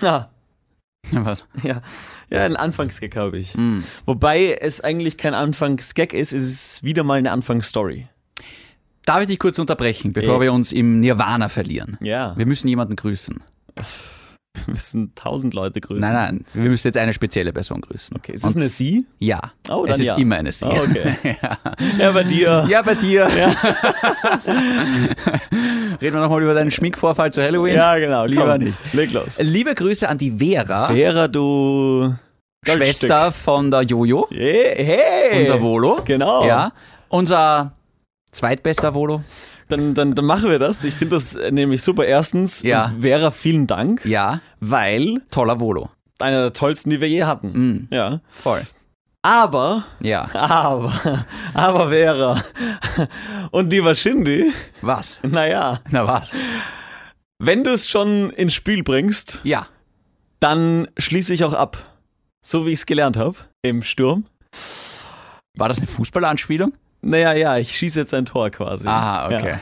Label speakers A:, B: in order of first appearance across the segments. A: Ja,
B: Was?
A: ja. Ja, ein Anfangsgag habe ich.
B: Mm.
A: Wobei es eigentlich kein Anfangsgag ist, es ist wieder mal eine Anfangsstory.
B: Darf ich dich kurz unterbrechen, bevor
A: Eh.
B: wir uns im Nirvana verlieren?
A: Ja.
B: Wir müssen jemanden grüßen.
A: Wir müssen tausend Leute grüßen.
B: Nein, nein, wir müssen jetzt eine spezielle Person grüßen.
A: Okay, ist es eine Sie?
B: Ja.
A: Oh,
B: es
A: dann
B: ist
A: ja.
B: immer eine Sie.
A: Ah, okay. ja, bei dir.
B: Ja, bei dir. Reden wir nochmal über deinen Schminkvorfall zu Halloween.
A: Ja, genau.
B: Lieber
A: komm,
B: nicht.
A: Leg los.
B: Liebe Grüße an die Vera,
A: Vera, du. Goldstück.
B: Schwester von der Jojo,
A: Hey, hey.
B: unser Volo.
A: Genau.
B: Ja, unser zweitbester Volo.
A: Dann, dann, dann machen wir das. Ich finde das äh, nämlich super. Erstens,
B: Ja.
A: Vera, vielen Dank,
B: Ja,
A: weil
B: toller Volo.
A: einer der tollsten, die wir je hatten.
B: Mm,
A: Ja.
B: voll.
A: Aber,
B: Ja,
A: aber, aber Vera und lieber Shindy,
B: was?
A: naja,
B: Na was?
A: wenn du es schon ins Spiel bringst,
B: Ja,
A: dann schließe ich auch ab. So wie ich es gelernt habe, im Sturm.
B: war das eine Fußballanspielung?
A: Naja, ja, ich schieße jetzt ein Tor quasi.
B: Ah,
A: Ja.
B: okay.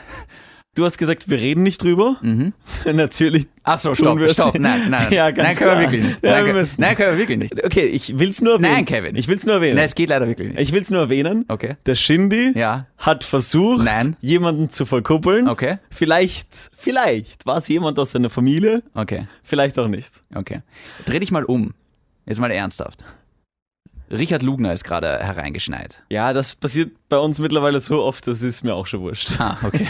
A: Du hast gesagt, wir reden nicht drüber.
B: Mhm.
A: Natürlich.
B: Ach so,
A: Tun
B: stopp,
A: wir's.
B: stopp. Nein, nein.
A: Ja, ganz
B: nein, können wir
A: klar.
B: wirklich nicht.
A: Ja,
B: Nein,
A: wir
B: können-
A: müssen.
B: nein, können wir wirklich nicht.
A: Okay, ich will es nur erwähnen.
B: Nein, Kevin.
A: Ich will es nur erwähnen.
B: Nein, es geht leider wirklich nicht.
A: Ich will es nur erwähnen.
B: Okay.
A: Der Shindy
B: Ja,
A: hat versucht,
B: Nein.
A: jemanden zu verkuppeln.
B: okay,
A: Vielleicht, vielleicht war es jemand aus seiner Familie,
B: okay,
A: vielleicht auch nicht.
B: okay. Dreh dich mal um. Jetzt mal ernsthaft. Richard Lugner ist gerade hereingeschneit.
A: Ja, das passiert bei uns mittlerweile so oft, das ist mir auch schon wurscht.
B: Ah, okay.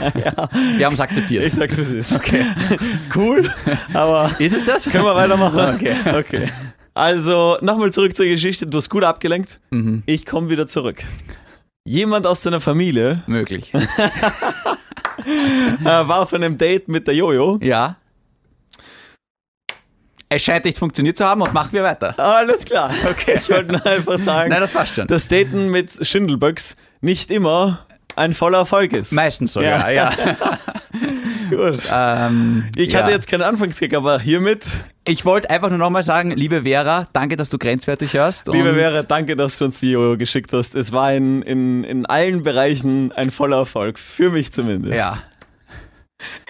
B: Wir haben es
A: Ich
B: akzeptiert.
A: sag's, wie es ist. Okay. cool, aber
B: Ist es das?
A: können wir weitermachen? Okay. okay. Also, nochmal zurück zur Geschichte. Du hast gut abgelenkt.
B: Mhm.
A: Ich komme wieder zurück. Jemand aus deiner Familie
B: Möglich.
A: äh, war auf einem Date mit der Jojo.
B: Ja. Es scheint nicht funktioniert zu haben und machen wir weiter.
A: Alles klar. Okay. Ich wollte nur einfach sagen.
B: Nein, das passt schon.
A: das Daten mit Schindelböcks nicht immer ein voller Erfolg ist.
B: Meistens sogar, ja.
A: Gut.
B: Ähm,
A: Ich
B: ja.
A: hatte jetzt keinen Anfangskick, aber hiermit,
B: Ich wollte einfach nur nochmal sagen, liebe Vera, danke, dass du grenzwertig hörst.
A: liebe
B: und
A: Vera, danke, dass du uns die Jojo geschickt hast. Es war in, in, in allen Bereichen ein voller Erfolg, für mich zumindest.
B: Ja,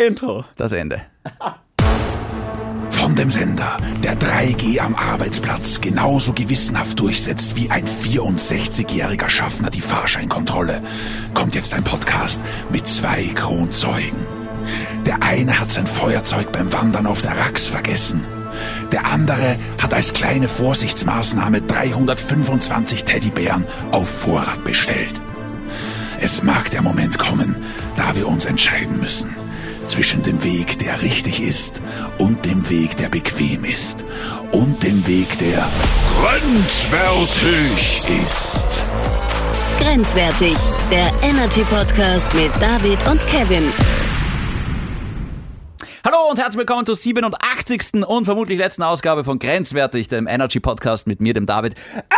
A: Intro.
B: das Ende.
C: Von dem Sender, der 3G am Arbeitsplatz genauso gewissenhaft durchsetzt wie ein 64-jähriger Schaffner die Fahrscheinkontrolle, kommt jetzt ein Podcast mit zwei Kronzeugen. Der eine hat sein Feuerzeug beim Wandern auf der Rax vergessen. Der andere hat als kleine Vorsichtsmaßnahme 325 Teddybären auf Vorrat bestellt. Es mag der Moment kommen, da wir uns entscheiden müssen. Zwischen dem Weg, der richtig ist, und dem Weg, der bequem ist. Und dem Weg, der grenzwertig ist.
D: Grenzwertig, der Energy Podcast mit David und Kevin.
B: Hallo und herzlich willkommen zur 87. und vermutlich letzten Ausgabe von Grenzwertig, dem Energy Podcast mit mir, dem David. Ah,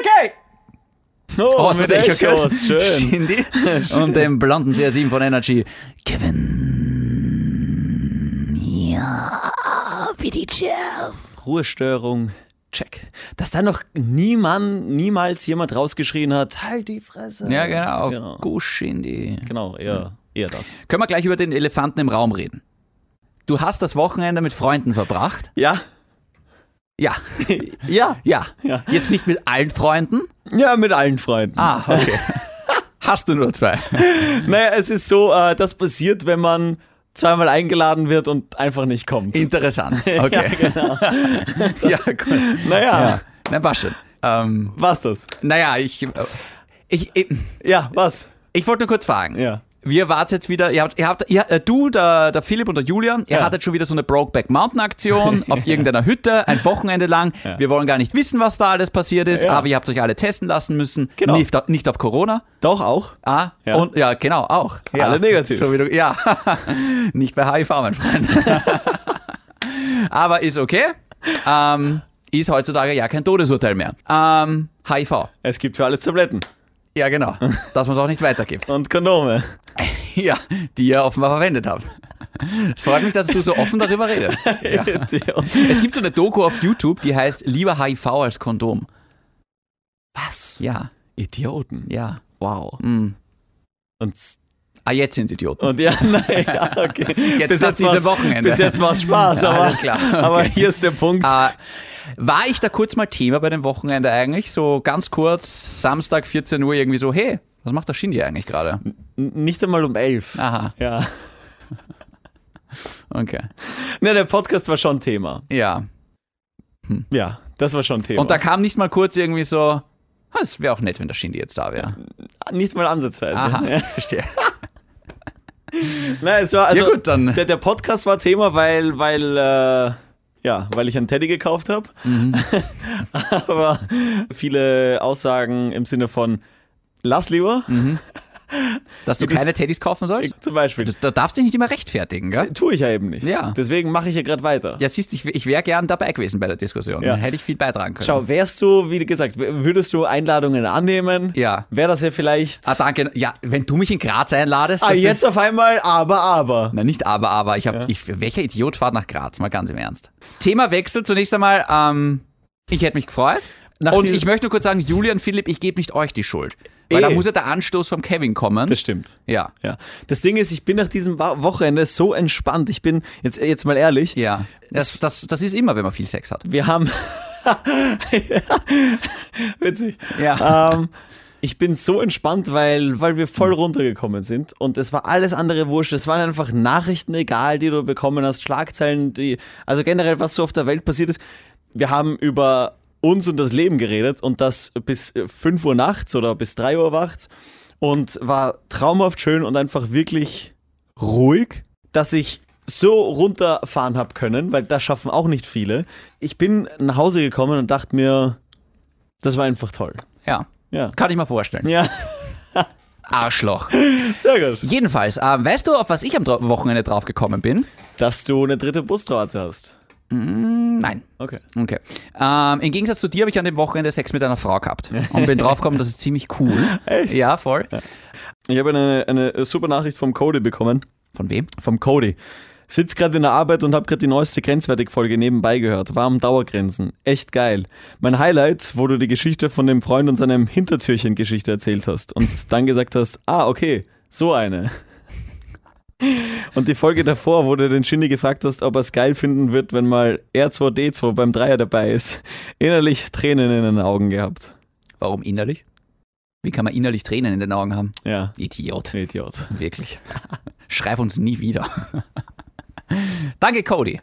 B: Okay.
A: Oh,
B: ist
A: mit
B: das Echo
A: Echos.
B: gehört?
A: Schön.
B: Shindy und dem blonden CR7 von Energy, Kevin.
A: Ruhestörung. Check. Dass da noch niemand, niemals jemand rausgeschrien hat, halt die Fresse.
B: Ja, genau.
A: Genau.
B: Gusch, Shindy.
A: Genau, eher, eher das.
B: Können wir gleich über den Elefanten im Raum reden? Du hast das Wochenende mit Freunden verbracht.
A: Ja,
B: Ja,
A: ja,
B: ja.
A: Ja.
B: Jetzt nicht mit allen Freunden.
A: ja, mit allen Freunden.
B: Ah, okay. Hast du nur zwei.
A: Naja, es ist so, äh, das passiert, wenn man zweimal eingeladen wird und einfach nicht kommt.
B: Interessant. Okay. Ja, genau. ja cool.
A: naja,
B: Ja. Na, passt schon. Ähm,
A: was das?
B: naja, ich, äh, ich, ich,
A: Ja, was?
B: ich wollte nur kurz fragen.
A: Ja.
B: Wir wart jetzt wieder, ihr habt, ihr habt ihr, äh, du, der, der Philipp und der Julian, ihr
A: Ja.
B: hattet schon wieder so eine Brokeback Mountain Aktion auf irgendeiner Hütte, ein Wochenende lang. Wir wollen gar nicht wissen, was da alles passiert ist,
A: Ja.
B: aber ihr habt euch alle testen lassen müssen.
A: Genau.
B: Nicht, auf- nicht auf Corona.
A: Doch auch?
B: Ah,
A: Ja.
B: und ja, genau, auch. Ja.
A: Alle negativ.
B: So wie du, ja, nicht bei HIV, mein Freund. Aber ist okay. Ähm, ist heutzutage ja kein Todesurteil mehr. Ähm, HIV.
A: Es gibt für alles Tabletten
B: Ja, genau. Dass man es auch nicht weitergibt.
A: und Kondome.
B: Ja, die ihr offenbar verwendet habt. Es freut mich, dass du so offen darüber redest. Ja. Es gibt so eine Doku auf YouTube, die heißt Lieber HIV als Kondom.
A: Was?
B: Ja,
A: Idioten.
B: ja.
A: Wow.
B: Mm.
A: Und s-
B: Ah, jetzt sind Idioten.
A: Und ja, naja, okay.
B: Jetzt nach diesem
A: war's-
B: Wochenende.
A: Bis jetzt war es Spaß,
B: Ja,
A: aber,
B: alles klar. Okay.
A: aber hier ist der Punkt.
B: Äh, war ich da kurz mal Thema bei dem Wochenende eigentlich? So ganz kurz, Samstag 14 Uhr irgendwie so, hey, was macht der Shindy eigentlich gerade?
A: N- Nicht einmal um elf.
B: Aha,
A: Ja.
B: okay.
A: Ne, der Podcast war schon Thema.
B: Ja.
A: Ja, das war schon Thema.
B: Und da kam nicht mal kurz irgendwie so, "Ah, es wäre auch nett, wenn der Shindy jetzt da wäre.
A: nicht mal ansatzweise.
B: Aha, verstehe.
A: Nein, es war also,
B: ja gut, dann.
A: Der, der Podcast war Thema, weil, weil, äh, ja, weil ich einen Teddy gekauft habe.
B: Mhm.
A: Aber viele Aussagen im Sinne von lass lieber,
B: Mhm. Dass du keine Teddys kaufen sollst?
A: zum Beispiel.
B: Du, da darfst dich nicht immer rechtfertigen, gell?
A: Tue ich ja eben nicht.
B: Ja.
A: Deswegen mache ich ja gerade weiter.
B: Ja, siehst du, ich, ich wäre gern dabei gewesen bei der Diskussion.
A: Ja.
B: Hätte ich viel beitragen können.
A: Schau, wärst du, wie gesagt, w- würdest du Einladungen annehmen?
B: Ja.
A: Wäre das ja vielleicht.
B: Ah, danke. Ja, wenn du mich in Graz einladest.
A: ah,
B: das
A: jetzt
B: Ist,
A: auf einmal, aber, aber.
B: na, nicht aber, aber. Ich hab, ich, welcher Idiot fährt nach Graz? Mal ganz im Ernst. Themawechsel. Zunächst einmal, ähm, ich hätte mich gefreut.
A: Nach
B: Und
A: diesem-
B: ich möchte nur kurz sagen, Julian Philipp, ich gebe nicht euch die Schuld. Weil
A: Eh.
B: da muss ja der Anstoß vom Kevin kommen.
A: Das stimmt.
B: ja.
A: Ja. Das Ding ist, ich bin nach diesem Wa- Wochenende so entspannt. Ich bin, jetzt, jetzt mal ehrlich,
B: Ja. Das, das, das ist immer, wenn man viel Sex hat.
A: wir haben. Witzig.
B: Ja.
A: Ähm, ich bin so entspannt, weil, weil wir voll runtergekommen sind und es war alles andere wurscht. Es waren einfach Nachrichten egal, die du bekommen hast, Schlagzeilen, die, also generell, was so auf der Welt passiert ist. Wir haben über uns und das Leben geredet und das bis äh, 5 Uhr nachts oder bis 3 Uhr nachts und war traumhaft schön und einfach wirklich ruhig, dass ich so runterfahren habe können, weil das schaffen auch nicht viele. Ich bin nach Hause gekommen und dachte mir, das war einfach toll.
B: Ja.
A: Ja.
B: Kann ich mir vorstellen.
A: Ja,
B: Arschloch.
A: sehr gut.
B: Jedenfalls, ähm, weißt du, auf was ich am Dra- Wochenende drauf gekommen bin?
A: Dass du eine dritte Brustwarze hast.
B: Nein.
A: Okay.
B: Okay. Ähm, Im Gegensatz zu dir habe ich an dem Wochenende Sex mit einer Frau gehabt und bin draufgekommen, das ist ziemlich cool.
A: Echt?
B: Ja, voll.
A: Ich habe eine, eine super Nachricht vom Cody bekommen.
B: Von wem?
A: Vom Cody. Sitz gerade in der Arbeit und habe gerade die neueste Grenzwertig-Folge nebenbei gehört. War am Dauergrenzen. Echt geil. Mein Highlight, wo du die Geschichte von dem Freund und seinem Hintertürchen-Geschichte erzählt hast und dann gesagt hast, ah, okay, so eine. Und die Folge davor, wo du den Shindy gefragt hast, ob er es geil finden wird, wenn mal R2D2 beim Dreier dabei ist. Innerlich Tränen in den Augen gehabt.
B: Warum innerlich? Wie kann man innerlich Tränen in den Augen haben?
A: Ja.
B: Idiot,
A: Idiot.
B: wirklich. Schreib uns nie wieder. Danke, Cody.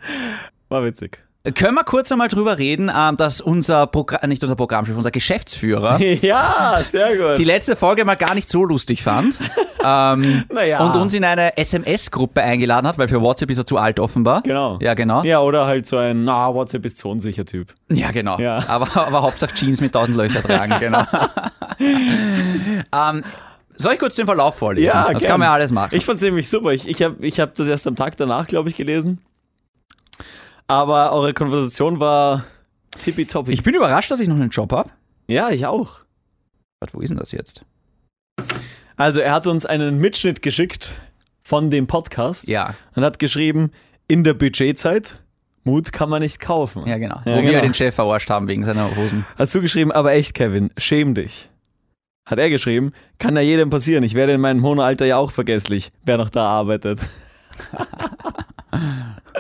A: War witzig.
B: Können wir kurz einmal drüber reden, ähm, dass unser Programm, nicht unser Programmchef, unser Geschäftsführer
A: Ja, sehr gut.
B: die letzte Folge mal gar nicht so lustig fand ähm,
A: Naja.
B: und uns in eine SMS-Gruppe eingeladen hat, weil für WhatsApp ist er zu alt offenbar.
A: Genau.
B: Ja, genau.
A: ja, oder halt so ein, na, WhatsApp ist so unsicher Typ.
B: Ja, genau.
A: Ja.
B: Aber, aber Hauptsache Jeans mit tausend Löcher tragen, genau. ähm, soll ich kurz den Verlauf vorlesen?
A: Ja,
B: das
A: gern.
B: kann man ja alles machen.
A: Ich fand's nämlich super. Ich, ich habe ich hab das erst am Tag danach, glaube ich, gelesen. Aber eure Konversation war tippitoppi.
B: Ich bin überrascht, dass ich noch einen Job habe.
A: ja, ich auch.
B: Warte, wo ist denn das jetzt?
A: Also er hat uns einen Mitschnitt geschickt von dem Podcast
B: Ja,
A: und hat geschrieben, in der Budgetzeit, Mut kann man nicht kaufen.
B: ja genau.
A: Ja,
B: Wo wir
A: genau.
B: den Chef verarscht haben wegen seiner Hosen.
A: Hast du geschrieben, aber echt, Kevin, schäm dich. Hat er geschrieben, kann ja jedem passieren. Ich werde in meinem hohen Alter ja auch vergesslich, wer noch da arbeitet.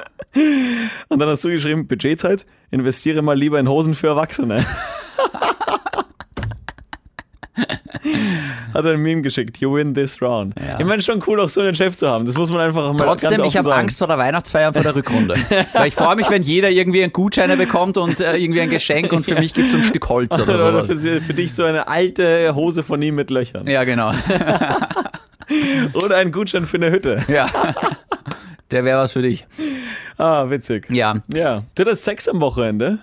A: Und dann hast du geschrieben, Budgetzeit, investiere mal lieber in Hosen für Erwachsene. Hat er ein Meme geschickt, you win this round. Ich meine, schon cool, auch so einen Chef zu haben. Das muss man einfach auch mal ganz
B: Trotzdem,
A: offen
B: ich habe
A: sagen.
B: Angst vor der Weihnachtsfeier und vor der Rückrunde. Weil ich freue mich, wenn jeder irgendwie einen Gutschein bekommt und äh, irgendwie ein Geschenk und für mich gibt es ein Stück Holz oder
A: Oder für,
B: sowas.
A: sie- für dich so eine alte Hose von ihm mit Löchern.
B: Ja, genau.
A: Oder einen Gutschein für eine Hütte.
B: Ja. Der wäre was für dich.
A: Ah, witzig.
B: Ja.
A: Ja. Du hattest Sex am Wochenende?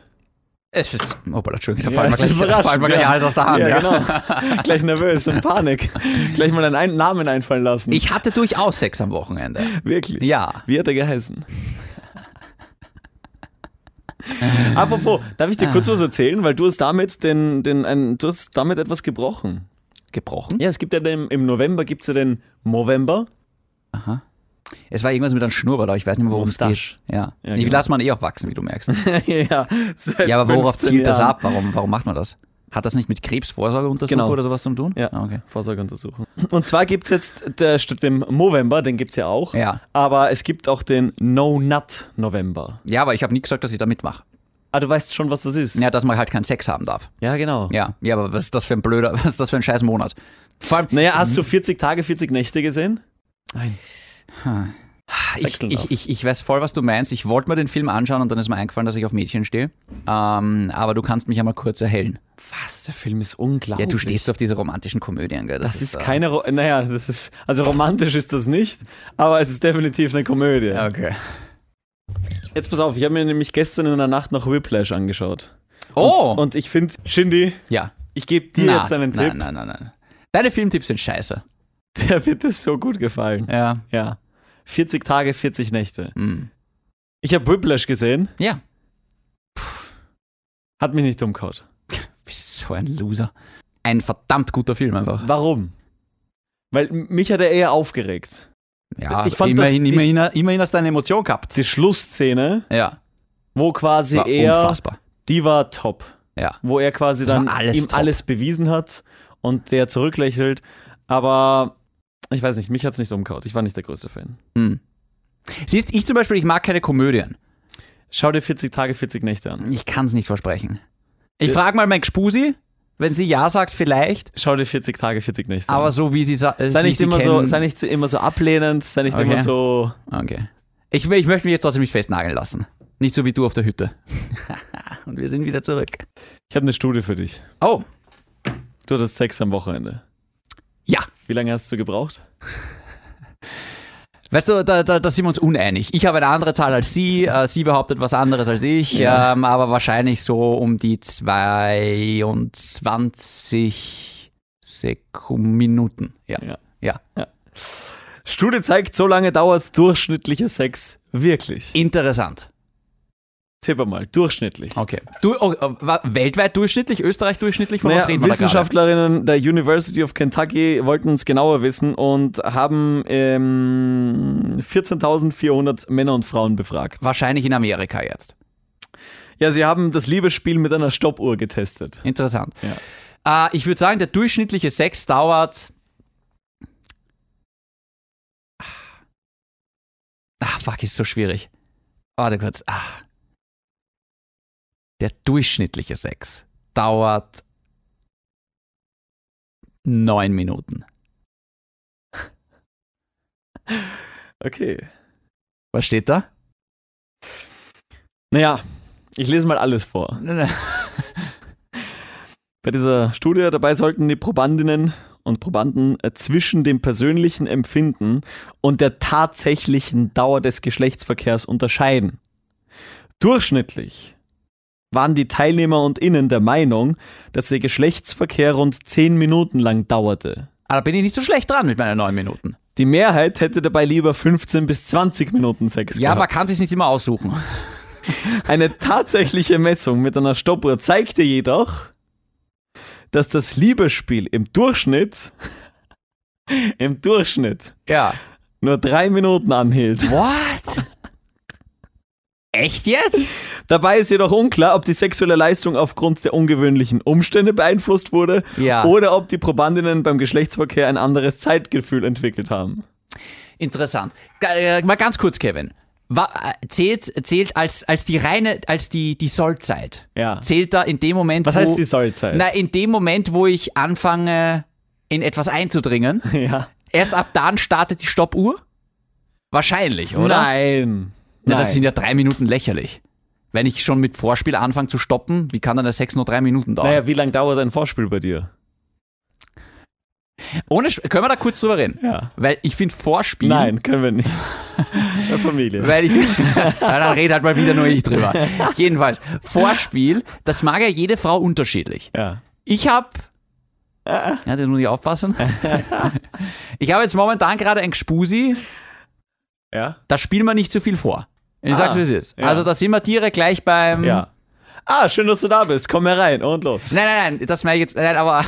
B: Es ist. Oh, Entschuldigung, da
A: Ja,
B: fallen wir
A: ist
B: gleich, da
A: überraschend,
B: fallen wir gleich
A: ja.
B: alles aus der Hand. Ah, ja.
A: genau. Gleich nervös und Panik. Gleich mal einen Ein- Namen einfallen lassen.
B: Ich hatte durchaus Sex am Wochenende.
A: Wirklich.
B: Ja.
A: Wie hat er geheißen? Apropos, darf ich dir kurz was erzählen? Weil du hast damit den, den ein, du hast damit etwas gebrochen.
B: Gebrochen?
A: Ja, es gibt ja den, im November gibt es ja den Movember.
B: Es war irgendwas mit einem Schnurrbart, aber ich weiß nicht mehr, worum es geht.
A: Mustache.
B: Ja.
A: Ja,
B: Ich
A: genau.
B: lasse man eh auch wachsen, wie du merkst.
A: ja, seit
B: Ja, aber worauf
A: 15
B: zielt das
A: Jahren.
B: ab? Warum, warum macht man das? Hat das nicht mit Krebsvorsorgeuntersuchung
A: Genau.
B: oder sowas zu tun?
A: Ja,
B: Ah, okay.
A: Vorsorgeuntersuchung. Und zwar gibt es jetzt der, statt dem Movember, den gibt es ja auch,
B: Ja.
A: aber es gibt auch den No-Nut-November.
B: Ja, aber ich habe nie gesagt, dass ich da mitmache.
A: Ah, du weißt schon, was das ist.
B: Ja, dass man halt keinen Sex haben darf.
A: Ja, genau.
B: Ja, ja, aber was ist das für ein blöder, was ist das für ein scheiß Monat? Vor allem,
A: Naja, hast du 40 Tage, 40 Nächte gesehen? Nein.
B: ich,
A: Sechseln
B: ich,
A: auf.
B: ich, ich weiß voll, was du meinst. Ich wollte mir den Film anschauen und dann ist mir eingefallen, dass ich auf Mädchen stehe. Ähm, aber du kannst mich einmal kurz erhellen.
A: Was? Der Film ist unglaublich.
B: Ja, du stehst auf diese romantischen Komödien, gell?
A: Oh, Das ist
B: äh,
A: keine. Ro naja, das ist. Also romantisch ist das nicht, aber es ist definitiv eine Komödie.
B: Okay.
A: Jetzt pass auf, ich habe mir nämlich gestern in der Nacht noch Whiplash angeschaut.
B: Oh!
A: Und, und ich finde, Shindy,
B: ja.
A: ich gebe dir
B: Na,
A: jetzt einen Tipp.
B: Nein, nein, nein, nein. Deine Filmtipps sind scheiße.
A: Der wird es so gut gefallen.
B: Ja.
A: Ja. 40 Tage, 40 Nächte.
B: Mm.
A: Ich habe Whiplash gesehen,
B: Ja.
A: hat mich nicht umgehauen.
B: Bist so ein Loser. Ein verdammt guter Film einfach.
A: Warum? Weil mich hat er eher aufgeregt.
B: Ja,
A: Ich fand,
B: immerhin,
A: dass die-
B: immerhin, immerhin hast du eine Emotion gehabt.
A: Die Schlussszene,
B: Ja.
A: wo quasi
B: War
A: er,
B: unfassbar.
A: die war top.
B: Ja.
A: Wo er quasi
B: Das war
A: dann
B: alles
A: ihm
B: top.
A: alles bewiesen hat und der zurücklächelt. Aber ich weiß nicht, mich hat es nicht umgehauen. Ich war nicht der größte Fan.
B: Hm. Siehst, ich zum Beispiel, ich mag keine Komödien.
A: Schau dir 40 Tage, 40 Nächte an.
B: Ich kann es nicht versprechen. Ich frage mal mein Gspusi, wenn sie ja sagt, vielleicht.
A: Schau dir 40 Tage, 40 Nächte
B: Aber
A: an.
B: so wie sie sagt,
A: Sei nicht, immer so, sei nicht immer so ablehnend, sei nicht
B: Okay.
A: immer so.
B: Okay. Ich, will- ich möchte mich jetzt trotzdem nicht festnageln lassen. Nicht so wie du auf der Hütte. Und wir sind wieder zurück.
A: Ich habe eine Studie für dich.
B: Oh,
A: Du hattest Sex am Wochenende.
B: ja.
A: Wie lange hast du gebraucht?
B: Weißt du, da, da, da sind wir uns uneinig. Ich habe eine andere Zahl als sie, äh, sie behauptet was anderes als ich, ähm, aber wahrscheinlich so um die 22 Sekunden, Minuten. Ja.
A: Ja.
B: ja.
A: Studie zeigt, so lange dauert durchschnittlicher Sex wirklich.
B: Interessant.
A: Tippe mal, durchschnittlich.
B: Okay. Du, oh, äh, wa- weltweit durchschnittlich, Österreich durchschnittlich, von was
A: Naja,
B: reden wir da gerade?
A: Wissenschaftlerinnen der University of Kentucky wollten es genauer wissen und haben ähm, 14.400 Männer und Frauen befragt.
B: Wahrscheinlich in Amerika jetzt.
A: Ja, sie haben das Liebesspiel mit einer Stoppuhr getestet.
B: Interessant. Äh, ich würde sagen, der durchschnittliche Sex dauert. Ah, fuck, ist so schwierig. Warte kurz. Ah. Der durchschnittliche Sex dauert neun Minuten.
A: Okay.
B: Was steht da?
A: Naja, ich lese mal alles vor.
B: Ah,
A: Bei dieser Studie dabei sollten die Probandinnen und Probanden äh, zwischen dem persönlichen Empfinden und der tatsächlichen Dauer des Geschlechtsverkehrs unterscheiden. Durchschnittlich waren die Teilnehmer und Innen der Meinung, dass der Geschlechtsverkehr rund 10 Minuten lang dauerte.
B: Aber da bin ich nicht so schlecht dran mit meinen neun Minuten.
A: Die Mehrheit hätte dabei lieber 15 bis 20 Minuten Sex
B: Ja, man
A: gehabt.
B: kann sich nicht immer aussuchen.
A: Eine tatsächliche Messung mit einer Stoppuhr zeigte jedoch, dass das Liebesspiel im Durchschnitt im Durchschnitt
B: Ja.
A: nur drei Minuten anhielt.
B: What? Echt jetzt?
A: Dabei ist jedoch unklar, ob die sexuelle Leistung aufgrund der ungewöhnlichen Umstände beeinflusst wurde
B: Ja.
A: oder ob die Probandinnen beim Geschlechtsverkehr ein anderes Zeitgefühl entwickelt haben.
B: Interessant. G äh, mal ganz kurz, Kevin. Wa äh, zählt, zählt als, als die reine, als die, die Sollzeit.
A: Ja. Oh.
B: Zählt da in dem Moment,
A: Was
B: wo,
A: heißt die Sollzeit?
B: Na, in dem Moment, wo ich anfange, in etwas einzudringen.
A: Ja.
B: erst ab dann startet die Stoppuhr? Wahrscheinlich, oder?
A: Nein.
B: Na, das
A: Nein.
B: sind ja drei Minuten lächerlich. Wenn ich schon mit Vorspiel anfange zu stoppen, wie kann dann der Sex nur drei Minuten dauern?
A: Naja, wie lange dauert ein Vorspiel bei dir?
B: Ohne, Sch- können wir da kurz drüber reden?
A: Ja.
B: Weil ich finde Vorspiel.
A: Nein, können wir nicht. Bei Familie.
B: Weil ich, Na, dann rede halt mal wieder nur ich drüber. Jedenfalls, Vorspiel, das mag ja jede Frau unterschiedlich.
A: ja.
B: Ich habe, ja, das muss ich aufpassen. Ich habe jetzt momentan gerade ein Gspusi,
A: Ja.
B: da spielen wir nicht zu viel vor. Ich
A: Ah,
B: sag's, wie es ist.
A: ja.
B: Also da sind wir Tiere gleich beim.
A: Ja.
B: Mhm.
A: Ah, schön, dass du da bist. Komm herein und los.
B: Nein, nein, nein, das meine ich jetzt. Nein, aber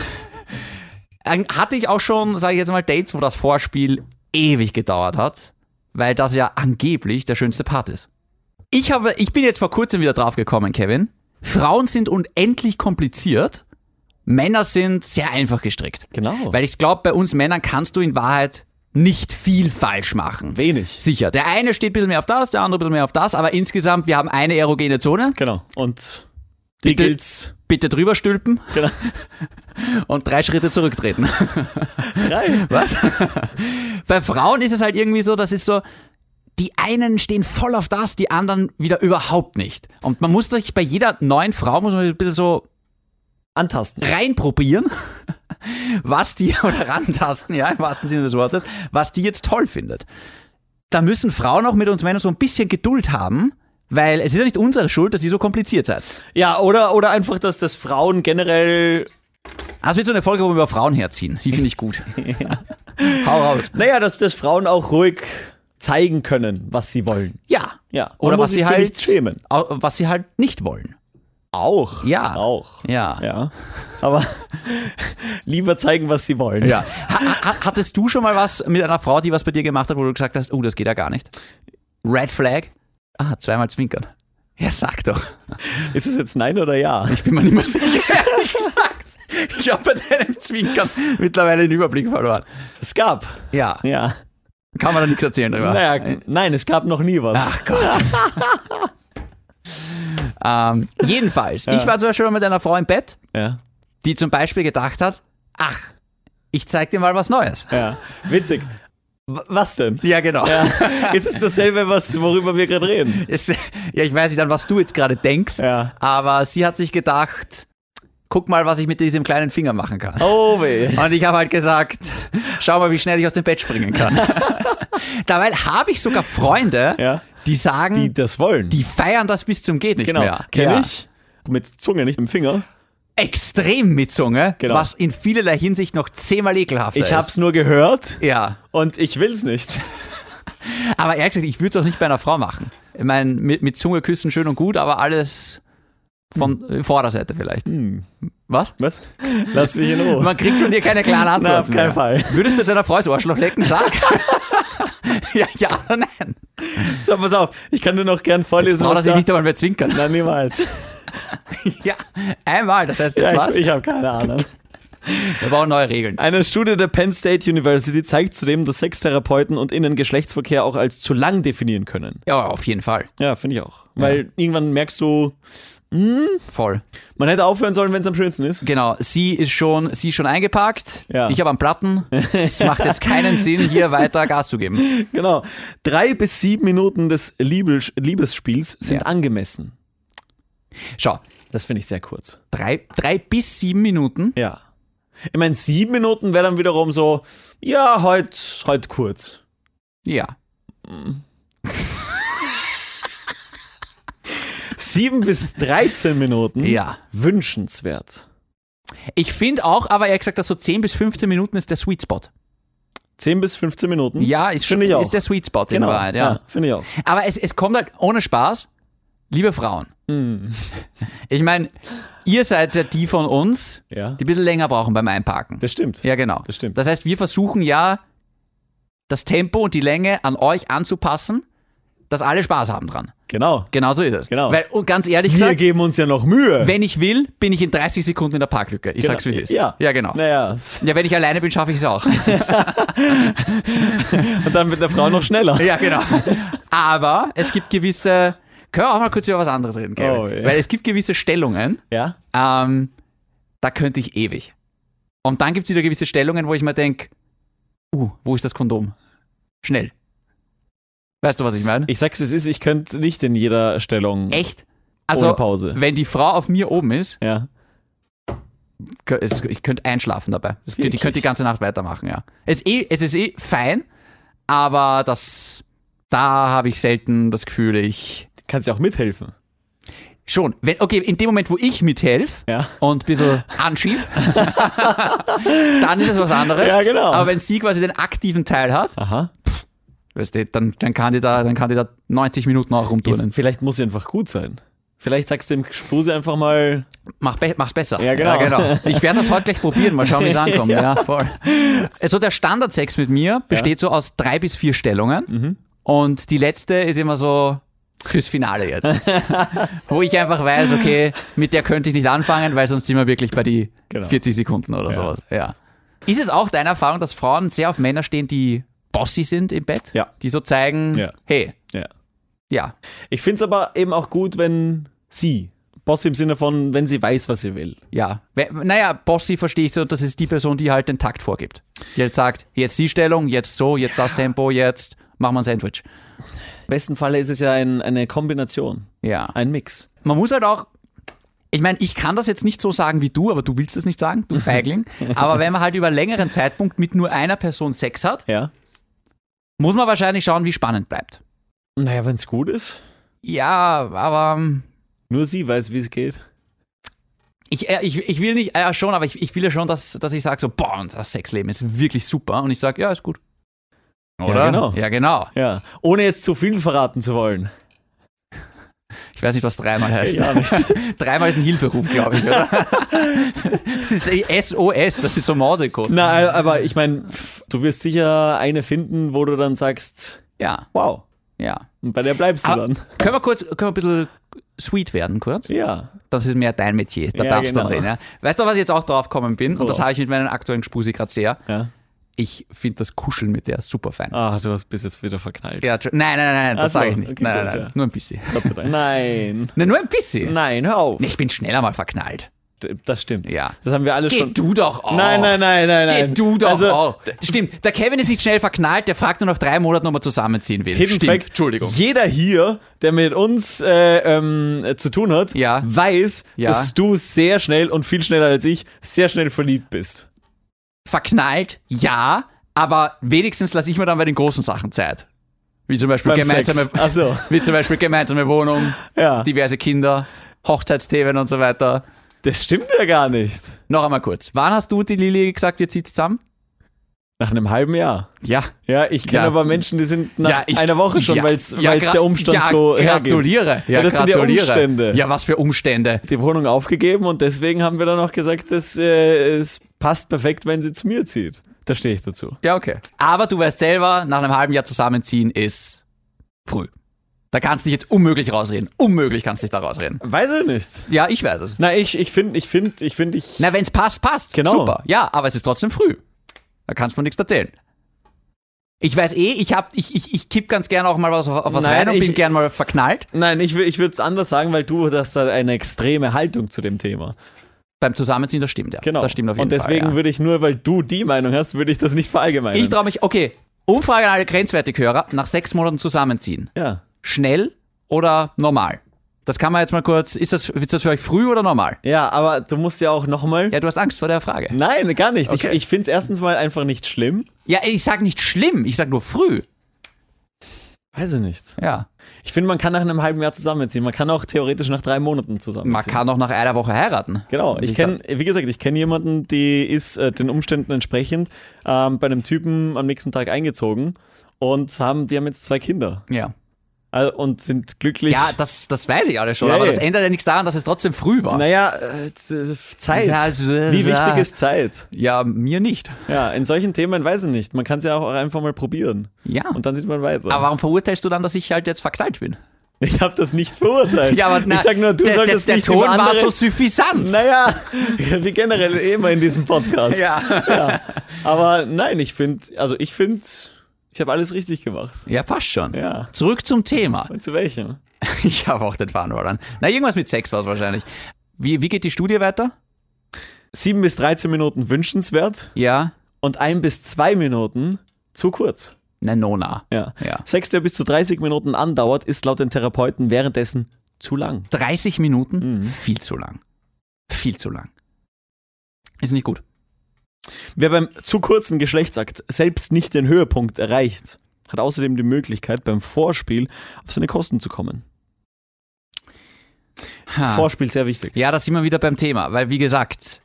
B: hatte ich auch schon, sage ich jetzt mal, Dates, wo das Vorspiel ewig gedauert hat, weil das ja angeblich der schönste Part ist. Ich, habe, ich bin jetzt vor kurzem wieder drauf gekommen, Kevin. Frauen sind unendlich kompliziert Männer sind sehr einfach gestrickt.
A: Genau.
B: Weil ich glaube, bei uns Männern kannst du in Wahrheit nicht viel falsch machen.
A: Wenig.
B: Sicher. Der eine steht ein bisschen mehr auf das, der andere ein bisschen mehr auf das, aber insgesamt, wir haben eine erogene Zone.
A: Genau. Und die
B: Bitte-
A: gilt's.
B: Bitte drüber stülpen
A: Genau.
B: und drei Schritte zurücktreten.
A: Drei. Was?
B: Bei Frauen ist es halt irgendwie so, das ist so, die einen stehen voll auf das, die anderen wieder überhaupt nicht. Und man muss sich bei jeder neuen Frau, muss man ein bisschen so
A: Antasten.
B: reinprobieren, was die, oder rantasten, ja, im wahrsten Sinne des Wortes, was die jetzt toll findet. Da müssen Frauen auch mit uns Männern so ein bisschen Geduld haben, weil es ist ja nicht unsere Schuld, dass ihr so kompliziert seid.
A: Ja, oder, oder einfach, dass das Frauen generell.
B: Also wird so eine Folge, wo wir über Frauen herziehen. Die finde ich gut. Hau raus.
A: Naja, dass, dass Frauen auch ruhig zeigen können, was sie wollen.
B: Ja.
A: Ja.
B: Oder
A: Man muss
B: was
A: sich
B: sie
A: für
B: halt
A: nichts schämen.
B: au- Was sie halt nicht wollen.
A: Auch.
B: Ja.
A: Auch.
B: Ja.
A: Ja. Aber lieber zeigen, was sie wollen.
B: Ja. Ha ha hattest du schon mal was mit einer Frau, die was bei dir gemacht hat, wo du gesagt hast, oh, das geht ja gar nicht? Red Flag? Ah, zweimal zwinkern. Ja, sag doch.
A: Ist es jetzt Nein oder Ja?
B: Ich bin mir nicht mehr sicher, ehrlich gesagt. Ich habe bei deinem Zwinkern mittlerweile den Überblick verloren.
A: Es gab.
B: Ja,
A: Ja.
B: kann man da nichts erzählen drüber.
A: Naja, nein, es gab noch nie was.
B: Ach Gott. ähm, jedenfalls, ich war zum Beispiel mal mit einer Frau im Bett,
A: Ja.
B: die zum Beispiel gedacht hat, ach, ich zeig dir mal was Neues.
A: Ja. Witzig. W was denn?
B: Ja, genau.
A: Ja. Ist es dasselbe, was, worüber wir gerade reden?
B: Es, ja, ich weiß nicht, an was du jetzt gerade denkst,
A: Ja.
B: aber sie hat sich gedacht, guck mal, was ich mit diesem kleinen Finger machen kann.
A: Oh weh.
B: Und ich habe halt gesagt, schau mal, wie schnell ich aus dem Bett springen kann. Dabei habe ich sogar Freunde,
A: Ja.
B: die sagen,
A: Die
B: die,
A: das wollen.
B: feiern das bis zum geht nicht
A: genau.
B: mehr.
A: Kenn
B: Ja.
A: ich. Mit Zunge, nicht mit dem Finger.
B: Extrem mit Zunge,
A: Genau.
B: was in vielerlei Hinsicht noch zehnmal ekelhafter
A: Ich hab's
B: ist.
A: nur gehört
B: Ja,
A: und ich will's nicht.
B: aber ehrlich gesagt, ich würde es auch nicht bei einer Frau machen. Ich meine, mit, mit Zunge küssen schön und gut, aber alles von
A: Hm.
B: äh, Vorderseite vielleicht. Was?
A: Was? Lass mich in Ruhe.
B: Man kriegt von dir keine klaren Antworten.
A: Na, auf keinen
B: mehr.
A: Fall.
B: Würdest du jetzt einer Frau das Arschloch lecken? Sag. ja, ja oder nein?
A: So, pass auf, ich kann dir noch gern vorlesen,
B: Frau,
A: was
B: dass ich
A: da...
B: nicht einmal mehr zwinkern.
A: Nein, niemals.
B: ja, einmal. Das heißt, jetzt
A: Ja,
B: was?
A: ich, ich habe keine Ahnung.
B: Wir brauchen neue Regeln.
A: Eine Studie der Penn State University zeigt zudem, dass Sextherapeuten und innen Geschlechtsverkehr auch als zu lang definieren können.
B: Ja, auf jeden Fall.
A: Ja, finde ich auch. Weil irgendwann merkst du,
B: Voll.
A: man hätte aufhören sollen, wenn es am schönsten ist.
B: Genau. Sie ist schon, sie ist schon eingepackt.
A: Ja.
B: Ich habe am Platten. Es macht jetzt keinen Sinn, hier weiter Gas zu geben.
A: Genau. Drei bis sieben Minuten des Liebes Liebesspiels sind
B: Ja.
A: angemessen.
B: Schau,
A: Das finde ich sehr kurz.
B: drei, drei bis sieben Minuten.
A: Ja. Ich meine, sieben Minuten wäre dann wiederum so, ja, heute heut kurz.
B: Ja.
A: Sieben bis 13 Minuten
B: Ja.
A: wünschenswert.
B: Ich finde auch, aber ehrlich gesagt, dass so 10 bis 15 Minuten ist der Sweet Spot.
A: 10 bis 15 Minuten.
B: Ja, ist, schon,
A: Finde ich auch.
B: ist der Sweet Spot in Wahrheit, Genau. ja.
A: Finde ich auch.
B: Aber es, es kommt halt ohne Spaß, liebe Frauen.
A: Mhm.
B: Ich meine, ihr seid ja die von uns,
A: Ja.
B: die ein bisschen länger brauchen beim Einparken.
A: Das stimmt.
B: ja, genau.
A: das stimmt.
B: Das heißt, wir versuchen ja, das Tempo und die Länge an euch anzupassen, dass alle Spaß haben dran.
A: Genau.
B: Genau so ist es.
A: Genau.
B: Weil, und ganz ehrlich
A: Wir
B: gesagt,
A: geben uns ja noch Mühe.
B: wenn ich will, bin ich in 30 Sekunden in der Parklücke. Ich sag's, wie es ist.
A: Ja.
B: ja, genau.
A: Naja,
B: Ja, wenn ich alleine bin, schaffe ich es auch.
A: und dann mit der Frau noch schneller.
B: Ja, genau. Aber es gibt gewisse. Können wir auch mal kurz über was anderes reden, Kevin?
A: Oh, ja.
B: Weil es gibt gewisse Stellungen,
A: Ja.
B: ähm, da könnte ich ewig. Und dann gibt es wieder gewisse Stellungen, wo ich mir denke, uh, wo ist das Kondom? Schnell. Weißt du, was ich meine?
A: Ich sag's, wie es ist, ich könnte nicht in jeder Stellung.
B: Echt? Also,
A: Pause.
B: wenn die Frau auf mir oben ist,
A: Ja.
B: kö- es- ich könnte einschlafen dabei. Es- Ich
A: Wirklich?
B: könnte die ganze Nacht weitermachen, ja. Es ist eh, es ist eh fein, aber das, da habe ich selten das Gefühl, ich
A: Kannst ja auch mithelfen.
B: Schon. Wenn, okay, in dem Moment, wo ich mithelfe
A: Ja.
B: und ein bisschen anschieb, dann ist es was anderes.
A: Ja, genau.
B: Aber wenn sie quasi den aktiven Teil hat,
A: Aha.
B: weißt du, dann, dann, kann die da, dann kann die da 90 Minuten auch rumturnen.
A: Vielleicht muss sie einfach gut sein. Vielleicht sagst du dem Spuse einfach mal,
B: Mach, be mach's besser.
A: Ja, genau.
B: Ich werde das heute gleich probieren, mal schauen, wie es ankommt. ja. voll. Also der
A: Mhm.
B: Standardsex mit mir besteht so aus drei bis vier Stellungen und die letzte ist immer so fürs Finale jetzt. Wo ich einfach weiß, okay, mit der könnte ich nicht anfangen, weil sonst sind wir wirklich bei die
A: Genau.
B: 40 Sekunden oder sowas. Ja. Ist es auch deine Erfahrung, dass Frauen sehr auf Männer stehen, die bossy sind im Bett?
A: Ja.
B: Die so zeigen,
A: Ja.
B: hey,
A: Ja.
B: ja,
A: Ich finde es aber eben auch gut, wenn sie, Boss im Sinne von, wenn sie weiß, was sie will.
B: ja. We- Naja, bossy verstehe ich so, das ist die Person, die halt den Takt vorgibt. Die halt sagt, jetzt die Stellung, jetzt so, jetzt das Tempo, jetzt machen wir ein Sandwich.
A: Im besten Falle ist es ja ein, eine Kombination,
B: Ja.
A: ein Mix.
B: man muss halt auch, ich meine, ich kann das jetzt nicht so sagen wie du, aber du willst das nicht sagen, du Feigling. aber wenn man halt über längeren Zeitpunkt mit nur einer Person Sex hat,
A: Ja.
B: muss man wahrscheinlich schauen, wie spannend bleibt.
A: Naja, wenn es gut ist.
B: Ja, aber ähm,
A: Nur sie weiß, wie es geht.
B: ich, äh, ich, ich will nicht, ja schon, aber ich, ich will ja schon, dass, dass ich sage so, boah, unser Sexleben ist wirklich super. Und ich sage, ja, ist gut. Oder?
A: genau.
B: Ja, genau.
A: Ja. Ohne jetzt zu viel verraten zu wollen.
B: Ich weiß nicht, was dreimal heißt.
A: Ja, nicht.
B: Dreimal ist ein Hilferuf, glaube ich, oder? das ist eh SOS, das ist so Morsecode.
A: Na, aber ich meine, du wirst sicher eine finden, wo du dann sagst,
B: Ja,
A: wow.
B: ja.
A: Und bei der bleibst du
B: Aber
A: dann.
B: Können wir kurz, können wir ein bisschen sweet werden kurz?
A: Ja.
B: Das ist mehr dein Metier, da
A: Ja,
B: darfst du
A: genau. Oh.
B: dann reden. Ja? Weißt du, was ich jetzt auch drauf gekommen bin? Und das
A: Worauf?
B: habe ich mit meinen aktuellen Spusi gerade sehr.
A: ja.
B: Ich finde das Kuscheln mit der super fein.
A: Ah, du hast bis jetzt wieder verknallt.
B: Ja, tsch- nein, nein, nein, nein, das
A: Ach so,
B: sage ich nicht.
A: okay,
B: nein,
A: gut,
B: nein, nein,
A: ja.
B: nur ein bisschen.
A: Gott sei Dank. Nein.
B: Nein, nur ein bisschen.
A: Nein, hör auf.
B: Nee, ich bin schneller mal verknallt.
A: Das stimmt.
B: Ja.
A: Das haben wir alle
B: Geh
A: schon.
B: du doch auch.
A: Nein, nein, nein, nein,
B: Geh
A: nein.
B: du doch
A: also,
B: auch. Stimmt, der Kevin ist nicht schnell verknallt, der fragt nur nach drei Monaten, ob er zusammenziehen will.
A: Hidden
B: Stimmt,
A: Fact,
B: Entschuldigung.
A: Jeder hier, der mit uns äh, ähm, äh, zu tun hat,
B: Ja.
A: weiß,
B: Ja.
A: dass du sehr schnell und viel schneller als ich sehr schnell verliebt bist.
B: verknallt, ja, aber wenigstens lasse ich mir dann bei den großen Sachen Zeit. Wie zum Beispiel,
A: Beim
B: gemeinsame,
A: Sex. Ach so.
B: wie zum Beispiel gemeinsame Wohnung,
A: Ja.
B: diverse Kinder, Hochzeitsthemen und so weiter.
A: das stimmt ja gar nicht.
B: Noch einmal kurz. Wann hast du und die Lili gesagt, ihr zieht zusammen?
A: Nach einem halben Jahr.
B: Ja.
A: Ja, ich kenne
B: Ja.
A: aber Menschen, die sind nach
B: ja, ich-
A: einer Woche schon,
B: ja,
A: weil es
B: ja, gra-
A: der Umstand
B: ja,
A: so hergibt.
B: Gratuliere. Ja,
A: Ja, das sind ja
B: gratuliere.
A: Umstände.
B: Ja, was für Umstände.
A: Die Wohnung aufgegeben und deswegen haben wir dann auch gesagt, dass äh, es passt perfekt, wenn sie zu mir zieht. Da stehe ich dazu.
B: Ja, okay. Aber du weißt selber, nach einem halben Jahr zusammenziehen ist früh. Da kannst du dich jetzt unmöglich rausreden. Unmöglich kannst du dich da rausreden.
A: Weiß ich nicht.
B: Ja, ich weiß es.
A: Na, ich ich finde, ich finde, ich finde, ich.
B: Na, wenn's passt, passt.
A: Genau.
B: Super. Ja, aber es ist trotzdem früh. Da kannst du mir nichts erzählen. Ich weiß eh, ich, hab, ich, ich, ich kipp ganz gern auch mal was auf, auf was
A: Nein,
B: rein und
A: ich-
B: bin gern mal verknallt
A: Nein, ich, wür- ich würde es anders sagen, weil du hast da eine extreme Haltung zu dem Thema.
B: beim Zusammenziehen, das stimmt ja.
A: Genau.
B: Das stimmt auf jeden
A: Und deswegen
B: Fall.
A: würde ich nur, weil du die Meinung hast, würde ich das nicht verallgemeinern.
B: Ja. Ich traue mich, okay, Umfrage an alle Grenzwertighörer, nach sechs Monaten zusammenziehen.
A: ja.
B: Schnell oder normal? Das kann man jetzt mal kurz, ist das, ist das für euch früh oder normal?
A: ja, aber du musst ja auch nochmal.
B: Ja, du hast Angst vor der Frage.
A: Nein, gar nicht.
B: Okay.
A: Ich, ich finde es erstens mal einfach nicht schlimm.
B: Ja, ich sag nicht schlimm, ich sag nur früh.
A: Weiß ich nicht.
B: Ja.
A: Ich finde, man kann nach einem halben Jahr zusammenziehen. Man kann auch theoretisch nach drei Monaten zusammenziehen.
B: Man kann auch nach einer Woche heiraten.
A: Genau,
B: Und
A: ich
B: sich
A: kenne, wie gesagt, ich kenne jemanden, die ist äh, den Umständen entsprechend ähm, bei einem Typen am nächsten Tag eingezogen und haben, die haben jetzt zwei Kinder
B: dann- Ja.
A: äh, und sind glücklich.
B: Ja, das, das weiß ich alles schon,
A: Ja,
B: aber
A: ja.
B: das ändert ja nichts daran, dass es trotzdem früh war.
A: Naja, äh, z- Zeit.
B: Ja, also, äh,
A: Wie wichtig
B: ja.
A: ist Zeit?
B: Ja, mir nicht.
A: Ja, in solchen Themen weiß ich nicht. Man kann es ja auch einfach mal probieren.
B: Ja.
A: Und dann sieht man weiter.
B: aber warum verurteilst du dann, dass ich halt jetzt verknallt bin?
A: ich habe das nicht verurteilt.
B: na,
A: ich sag nur, du
B: der,
A: solltest
B: der, der
A: nicht
B: Ton
A: über
B: war
A: andere...
B: so suffisant.
A: Naja, wie generell eh immer in diesem Podcast.
B: Ja.
A: Aber nein, ich finde, also ich finde, ich habe alles richtig gemacht.
B: ja, passt schon.
A: Ja.
B: Zurück zum Thema.
A: Und zu welchem?
B: Ich habe auch den Faden verloren. Na, irgendwas mit Sex war es wahrscheinlich. Wie, wie geht die Studie weiter?
A: 7 bis 13 Minuten wünschenswert
B: Ja.
A: und 1 bis 2 Minuten zu kurz.
B: Na, Nona.
A: Ja.
B: Ja.
A: Sex, der bis zu 30 Minuten andauert, ist laut den Therapeuten währenddessen zu lang.
B: 30 Minuten? Viel zu lang. Viel zu lang. Ist nicht gut.
A: Wer beim zu kurzen Geschlechtsakt selbst nicht den Höhepunkt erreicht, hat außerdem die Möglichkeit, beim Vorspiel auf seine Kosten zu kommen.
B: Ha.
A: Vorspiel sehr wichtig.
B: Ja, da sind wir wieder beim Thema, weil wie gesagt,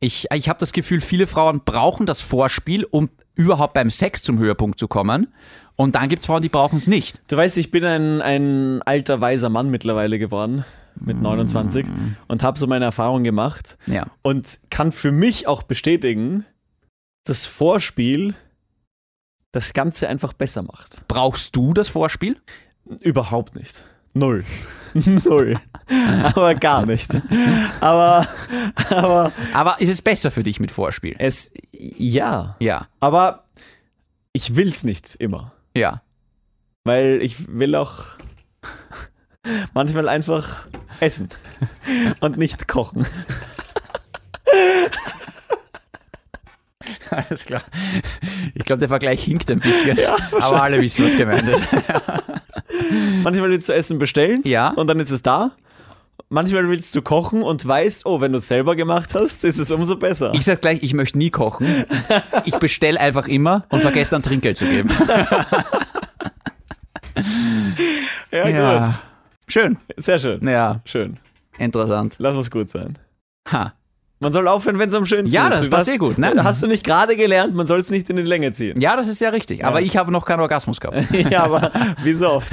B: ich, ich habe das Gefühl, viele Frauen brauchen das Vorspiel, um überhaupt beim Sex zum Höhepunkt zu kommen. Und dann gibt es Frauen, die brauchen es nicht.
A: Du weißt, ich bin ein, ein alter, weiser Mann mittlerweile geworden, mit 29, und habe so meine Erfahrung gemacht
B: Ja.
A: und kann für mich auch bestätigen, dass Vorspiel das Ganze einfach besser macht.
B: Brauchst du das Vorspiel?
A: Überhaupt nicht. Null. Null. aber gar nicht. Aber, aber
B: Aber ist es besser für dich mit Vorspiel?
A: es, ja.
B: Ja,
A: Aber ich will's nicht immer.
B: ja.
A: Weil ich will auch manchmal einfach essen und nicht kochen.
B: Alles klar. Ich glaube, der Vergleich hinkt ein bisschen. aber alle wissen, was gemeint ist.
A: Manchmal willst du Essen bestellen
B: Ja.
A: und dann ist es da. Manchmal willst du kochen und weißt, oh, wenn du es selber gemacht hast, ist es umso besser.
B: Ich sag gleich, ich möchte nie kochen. Ich bestelle einfach immer und vergesse dann Trinkgeld zu geben.
A: ja,
B: Ja. Schön.
A: gut. Sehr schön.
B: Ja,
A: Schön.
B: interessant.
A: Lass uns gut sein.
B: Ha.
A: Man soll aufhören, wenn es am schönsten
B: Ja,
A: ist.
B: das
A: Du
B: passt
A: hast-
B: eh gut, ne?
A: Hast du nicht gerade gelernt, man soll es nicht in die Länge ziehen.
B: Ja, das ist ja richtig. Aber ich habe noch keinen Orgasmus gehabt.
A: ja, aber wie so oft.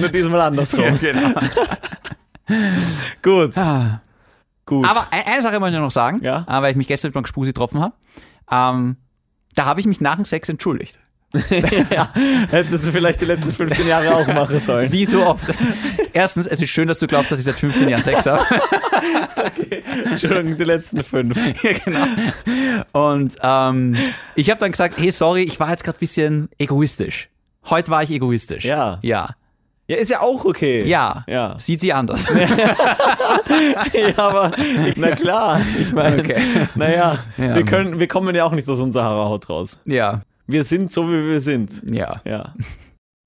A: Nur diesmal andersrum.
B: genau.
A: Gut,
B: Ah.
A: gut.
B: Aber ein- eine Sache möchte ich noch sagen,
A: Ja.
B: äh, weil ich mich gestern mit meinem Spusi getroffen habe. Ähm, da habe ich mich nach dem Sex entschuldigt.
A: Hättest du vielleicht die letzten 15 Jahre auch machen sollen.
B: Wie so oft. Erstens, es ist schön, dass du glaubst, dass ich seit 15 Jahren Sex habe.
A: Entschuldigung, die letzten fünf.
B: ja, genau. Und ähm, ich habe dann gesagt, hey, sorry, ich war jetzt gerade ein bisschen egoistisch. Heute war ich egoistisch.
A: Ja.
B: Ja.
A: Ja, ist ja auch okay.
B: Ja.
A: Ja,
B: Sieht sie anders.
A: ja aber na klar. Ich meine,
B: Okay.
A: naja,
B: Ja.
A: wir, können, wir kommen ja auch nicht aus unserer Haut raus.
B: ja.
A: Wir sind so, wie wir sind.
B: Ja.
A: Ja.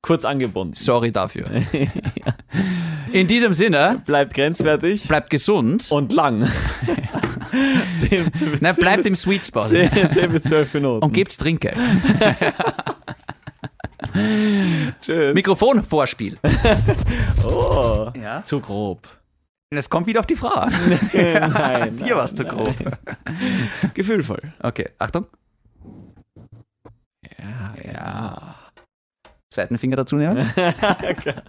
A: Kurz angebunden.
B: Sorry dafür. In diesem Sinne,
A: Bleibt grenzwertig
B: bleibt gesund.
A: und lang. zehn, bis-
B: Na,
A: zehn
B: bleibt
A: bis-
B: im Sweet Spot.
A: 10, bis 12 Minuten.
B: Und gebt's Trinkgeld.
A: Tschüss.
B: Mikrofonvorspiel.
A: Oh.
B: Ja.
A: Zu grob.
B: Das kommt wieder auf die Frau an.
A: nein.
B: Dir war's zu grob.
A: Gefühlvoll.
B: Okay, Achtung.
A: Ja.
B: Ja. Zweiten Finger dazu nehmen.
A: ja.